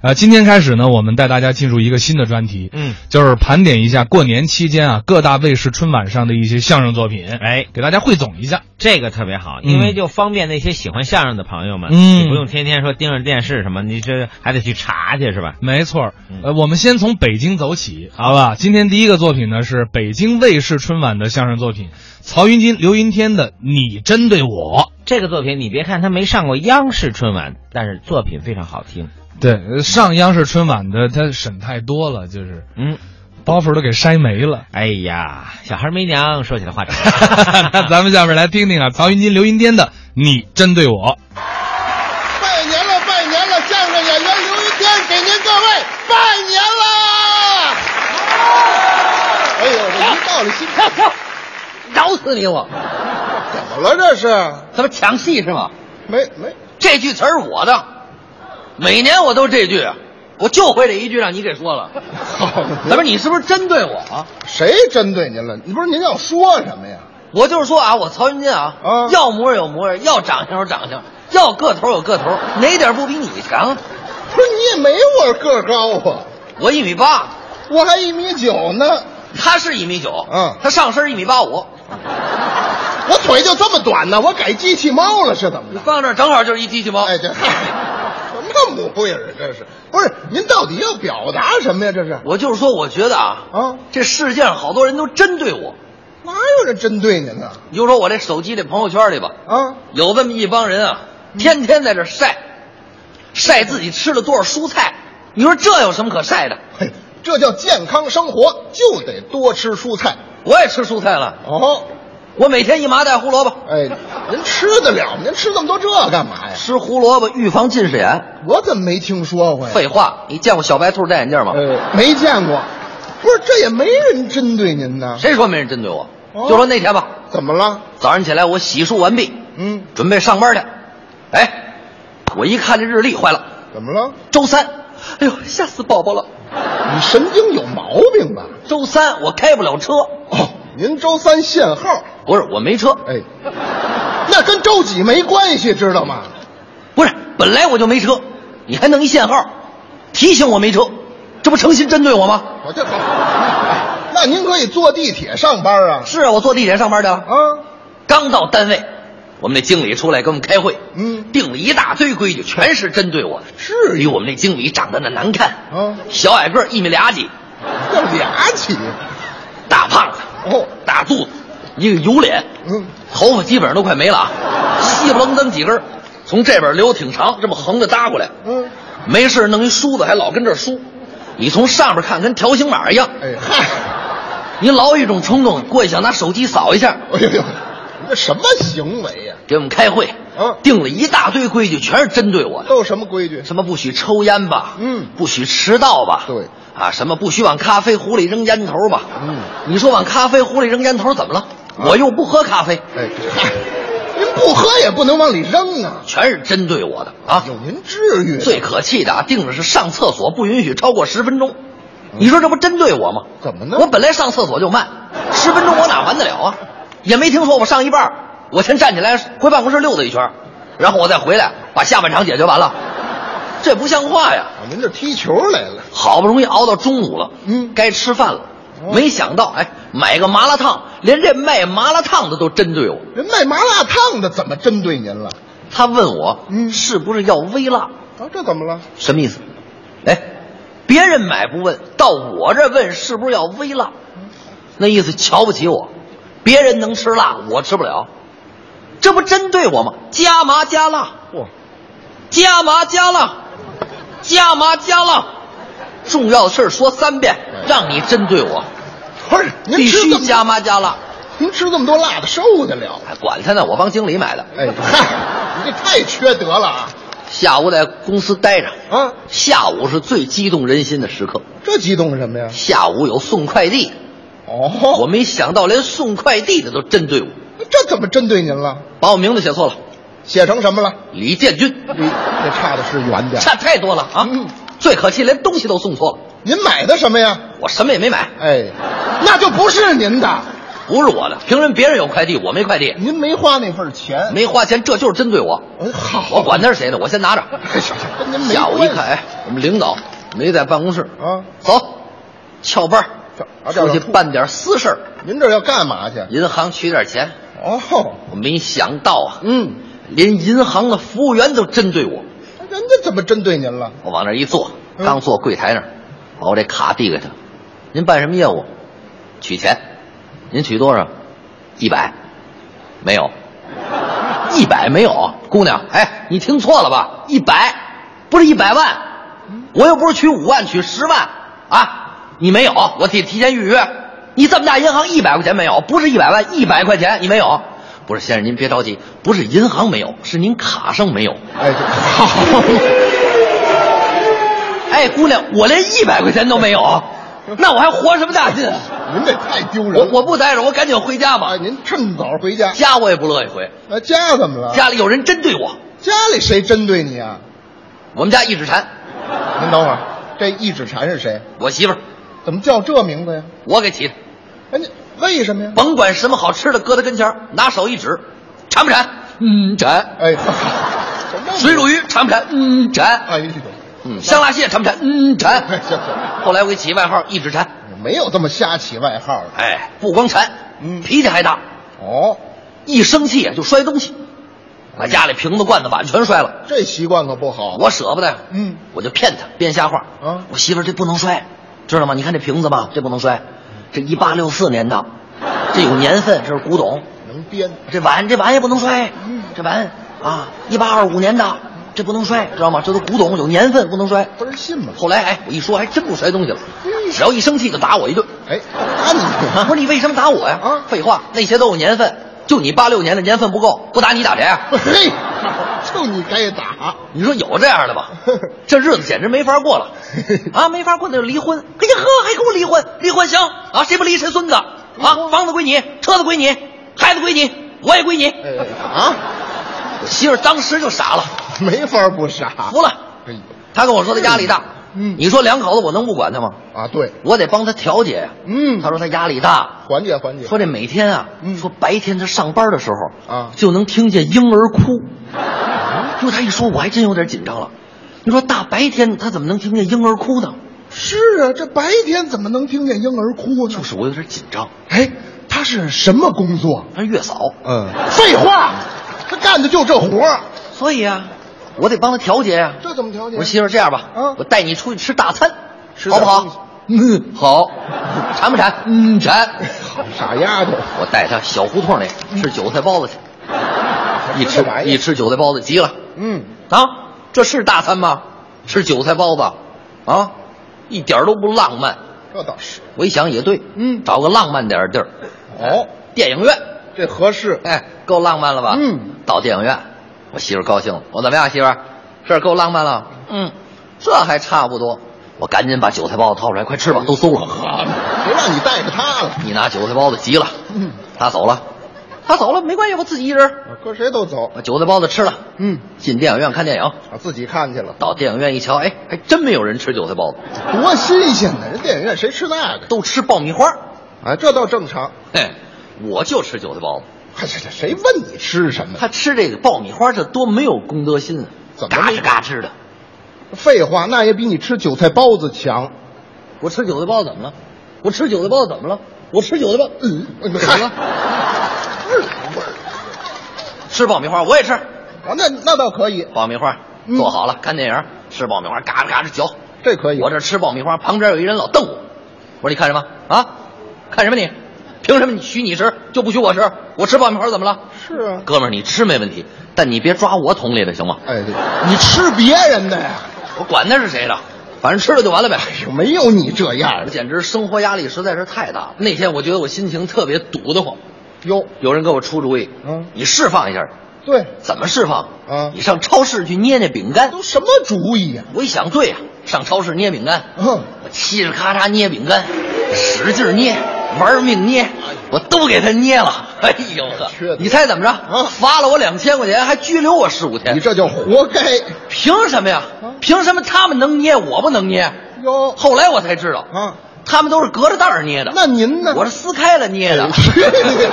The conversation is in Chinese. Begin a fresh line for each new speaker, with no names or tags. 呃，今天开始呢，我们带大家进入一个新的专题，
嗯，
就是盘点一下过年期间啊各大卫视春晚上的一些相声作品，
哎，
给大家汇总一下。
这个特别好，
嗯
因为就方便那些喜欢相声的朋友们，
嗯
你不用天天说盯着电视什么，你这还得去查去是吧？
没错儿
嗯，
呃，我们先从北京走起，好吧？今天第一个作品呢是北京卫视春晚的相声作品，曹云金、刘云天的《你针对我
这个作品你别看它没上过央视春晚，但是作品非常好听。》。
对，呃上央视春晚的他审太多了，就是
嗯，
包袱都给筛没了。
哎呀，小孩没娘，说起来话长。
那咱们下面来听听啊，曹云金、刘云天的《你针对我》。
拜年了，拜年了！相声演员刘一天给您各位拜年啦！哎呦，我一到了心跳，
饶死你我！
怎么了这是？
怎么抢戏是吗？
没没，
这句词儿是我的，每年我都这句，啊我就会这一句，让你给 说了。怎么你是不是针对我啊？
谁针对您了？你不是您要说什么呀？
我就是说啊，我曹云金啊，
啊
要模样有模样，要长相有长相，要个头有个头，哪点不比你强？
不是你也没我个高啊，
我一米八，
我还一米九呢，
他是一米九，
嗯
他上身一米八五，
我腿就这么短呢，我改机器猫了是怎么
你
着？
放这儿正好就是一机器猫。
哎，这嗨，什么叫母样啊？这是不是？您到底要表达什么呀？这是
我就是说，我觉得啊，
啊，
这世界上好多人都针对我，
哪有人针对您呢？
你就说我这手机这朋友圈里吧，
啊，
有这么一帮人啊，
嗯
天天在这晒，晒自己吃了多少蔬菜。你说这有什么可晒的？
嘿，这叫健康生活，就得多吃蔬菜。
我也吃蔬菜了，
哦，
我每天一麻袋胡萝卜，
哎，您吃得了吗？您吃那么多这干嘛呀？
吃胡萝卜预防近视眼。
我怎么没听说过呀？
废话，你见过小白兔戴眼镜吗？
呃，没见过。不是，这也没人针对您呢。
谁说没人针对我？
哦
就说那天吧，
怎么了？
早上起来我洗漱完毕，
嗯，
准备上班去。哎，我一看这日历，坏了，
怎么了？
周三，哎呦，吓死宝宝了！
你神经有毛病吧？
周三我开不了车，
哦，您周三限号。
不是我没车，
哎，那跟周几没关系，知道吗？
不是，本来我就没车，你还弄一限号，提醒我没车，这不诚心针对我吗？
我这好。哎那您可以坐地铁上班啊。
是啊，我坐地铁上班去了。
啊，
刚到单位，我们那经理出来跟我们开会，
嗯
定了一大堆规矩，全是针对我。
至于
于我们那经理长得那难看，
嗯
小矮个儿一米俩几，
要俩起。
大胖子，
哦，
大肚子，一个油脸，
嗯，
头发基本上都快没了啊，稀不楞登几根儿，从这边留挺长，这么横着搭过来。
嗯，
没事弄一梳子，还老跟这儿梳。你从上边看跟条形码一样，
哎嗨，
你老有一种冲动过去想拿手机扫一下。
哎呦呦，你这什么行为呀、
给我们开会，
嗯
定了一大堆规矩，全是针对我的，
都有什么规矩？
什么不许抽烟吧，
嗯
不许迟到吧，
对，
啊，什么不许往咖啡壶里扔烟头吧，
嗯，啊
你说往咖啡壶里扔烟头怎么了？我又不喝咖啡，
哎，嗨，您不喝也不能往里扔啊！
全是针对我的啊
哎。呦，您至于？
最可气的啊，定的是上厕所不允许超过十分钟。你说这不针对我吗？
嗯怎么呢
我本来上厕所就慢，十分钟我哪完得了啊？也没听说我上一半儿，我先站起来回办公室溜达一圈儿，然后我再回来把下半场解决完了，这不像话呀！
啊您这踢球来了？
好不容易熬到中午了，
嗯
该吃饭了，
哦
没想到哎，买个麻辣烫，连这卖麻辣烫的都针对我。
人卖麻辣烫的怎么针对您了？
他问我，
嗯
是不是要微辣？
啊，这怎么了？
什么意思？哎，别人买不问，到我这问是不是要微辣？那意思瞧不起我，别人能吃辣，我吃不了，这不针对我吗？加麻加辣，
嚯，
加麻加辣，加麻加辣，重要的事儿说三遍，让你针对我，
不是哎您
必
吃
须
这么
加麻加辣。
您吃这么多辣的受得了？
哎，管他呢，我帮经理买的，
哎，嗨，你这太缺德了啊！
下午在公司待着，
啊，
下午是最激动人心的时刻，
这激动什么呀？
下午有送快递的。
哦，
我没想到连送快递的都针对我，
这怎么针对您了？
把我名字写错了，
写成什么了？
李建军，
你这差的是远点儿。
差太多了啊！
嗯
最可气，连东西都送错了，
您买的什么呀？
我什么也没买，
哎，那就不是您的。
不是我的，凭什么别人有快递我没快递？
您没花那份钱，
没花钱，这就是针对我。
哎好
我管他是谁呢，我先拿着。
跟您没
下午一
关系
看，哎，我们领导没在办公室
啊
走，翘班儿
这啊这
出
要
去
出
办点私事儿，
您这要干嘛去？
银行取点钱。
哦，
我没想到啊，
嗯，
连银行的服务员都针对我。
人家怎么针对您了？
我往那儿一坐，
嗯
刚坐柜台那儿，把我这卡递给他。您办什么业务？取钱。您取多少？一百。没有。一百没有，姑娘，哎，你听错了吧？一百不是一百万，我又不是取五万，取十万啊！你没有，我得提前预约。你这么大银行一百块钱没有，不是一百万，一百块钱你没有。不是先生，您别着急，不是银行没有，是您卡上没有。
哎，这
哎，姑娘，我连一百块钱都没 有，那我还活什么大劲啊？
您这太丢
我
人了。
我不待着，我赶紧回家吧
哎，。您趁早回家。
家我也不乐意回，
那家怎么了？
家里有人针对我，
家里谁针对你啊？
我们家一指禅，
您等会儿，这一指禅是谁？
我媳妇儿，
怎么叫这名字呀？
我给起的，
哎，你为什么呀？
甭管什么好吃的，搁她跟前儿拿手一指，馋不馋？嗯，馋。
哎， 什么
水煮鱼馋不馋？嗯，馋。
哎，行
嗯，香辣蟹馋不馋？ 嗯，馋。
哎行，
后来我给起外号一指馋，
没有这么瞎起外号的。
哎，不光馋，
嗯
脾气还大，
哦，
一生气啊就摔东西，把家里瓶子罐子碗全摔了。哦
这习惯可不好。
我舍不得，
嗯，
我就骗他，编瞎话。
啊
我媳妇儿这不能摔，知道吗？你看这瓶子吧，这不能摔，这一八六四年的，这有年份，这是古董。
能编，
这碗这碗也不能摔
嗯，
这碗啊，一八二五年的，这不能摔，知道吗？这都古董，有年份，不能摔。
不是信吗？
后来哎，我一说还真不摔东西了，
嗯
只要一生气就打我一顿。
哎，打
我
你
说你为什么打我呀？
啊
废话，那些都有年份，就你八六年的年份不够，不打你打谁啊？
嘿，就你该打。
你说有这样 的吧？这日子简直没法过了啊！没法过那就离婚。哎呀呵，还跟我离婚？离婚行啊？谁不离谁孙子啊？房子归你，车子归你，孩子归你，我也归你。
哎啊，
我媳妇儿当时就傻了，
没法不傻。
服了。
哎呦
她跟我说她压力大，
嗯
你说两口子我能不管她吗？
啊，对，
我得帮她调解呀。
嗯
她说她压力大，
缓解缓解。
说这每天啊，
嗯
说白天她上班的时候
啊
就能听见婴儿哭。就她一说，我还真有点紧张了。你说大白天她怎么能听见婴儿哭呢？
是啊，这白天怎么能听见婴儿哭呢？啊
就是我有点紧张。
哎，他是什么工作？
她是月嫂，
嗯，废话，他干的就这活儿，
所以啊，我得帮她调节呀、
这怎么调
我
解？
说媳妇儿，这样吧，
嗯
我带你出去吃大餐，
吃
好
大
不
东西
好？嗯，好。馋不馋？嗯，馋。
傻丫头，
我带她小胡同里
嗯
吃韭菜包 子去，一
这
吃
玩意儿
一吃韭菜包子急了
嗯，
啊！这是大餐吗？吃韭菜包子啊，一点儿都不浪漫。
这倒是。
我一想也对，
嗯
找个浪漫点儿的地儿，
哦，
电影院，
这合适。
哎，够浪漫了吧？
嗯，
到电影院，我媳妇儿高兴了。我怎么样，媳妇儿？这儿够浪漫了？嗯，这还差不多。我赶紧把韭菜包子掏出来，快吃吧，都馊了。
谁让你带着他了？
你拿韭菜包子急了，
嗯，
他走了，他走了没关系，我自己一人
啊搁谁都走。
把韭菜包子吃了。
嗯，
进电影院看电影，
啊，自己看去了，
到电影院一瞧，哎，还真没有人吃韭菜包子，
多新鲜呢！人电影院谁吃那个？
都吃爆米花。
哎，这倒正常。
嘿，哎我就吃韭菜包子。嗯
哎，这这谁问你吃什么？
他吃这个爆米花，这多没有公德心啊！
怎么
嘎
没
吱嘎吱的？
废话，那也比你吃韭菜包子强。
我吃韭菜包子怎么了？我吃韭菜包子怎么了？我吃韭菜包， 嗯，
哎
怎么了？吃爆米花我也吃，
啊，那那倒可以，
爆米花
嗯
做好了，看电影吃爆米花，嘎吱嘎吱嚼。
这可以。
我这吃爆米花，旁边有一人老瞪我，我说你看什么啊？看什么你？凭什么你许你吃就不许我吃？我吃爆米花怎么了？
是啊。
哥们儿，你吃没问题，但你别抓我桶里的行吗？
哎，对，你吃别人的呀？
我管他是谁的，反正吃了就完了 呗。
有没有你这样
我
的？
简直生活压力实在是太大了。那天我觉得我心情特别堵得慌，
哟，
有人给我出主意，
嗯
你释放一下，
对，
怎么释放？
嗯
你上超市去捏捏饼干。
都什么主意呀、
我一想，对呀、上超市捏饼干，
嗯，
我嘁哩咔嚓捏饼干，使劲捏，玩命捏，我都给他捏了。哎呦
缺
呵
德，
你猜怎么着？罚了我两千块钱，还拘留我十五
啊你
天。
这叫活该。
凭什么呀
嗯？
凭什么他们能捏，我不能捏？
哟，
后来我才知道，
啊，
他们都是隔着袋儿捏的。
那您呢？
我是撕开了捏的。
啊去你的！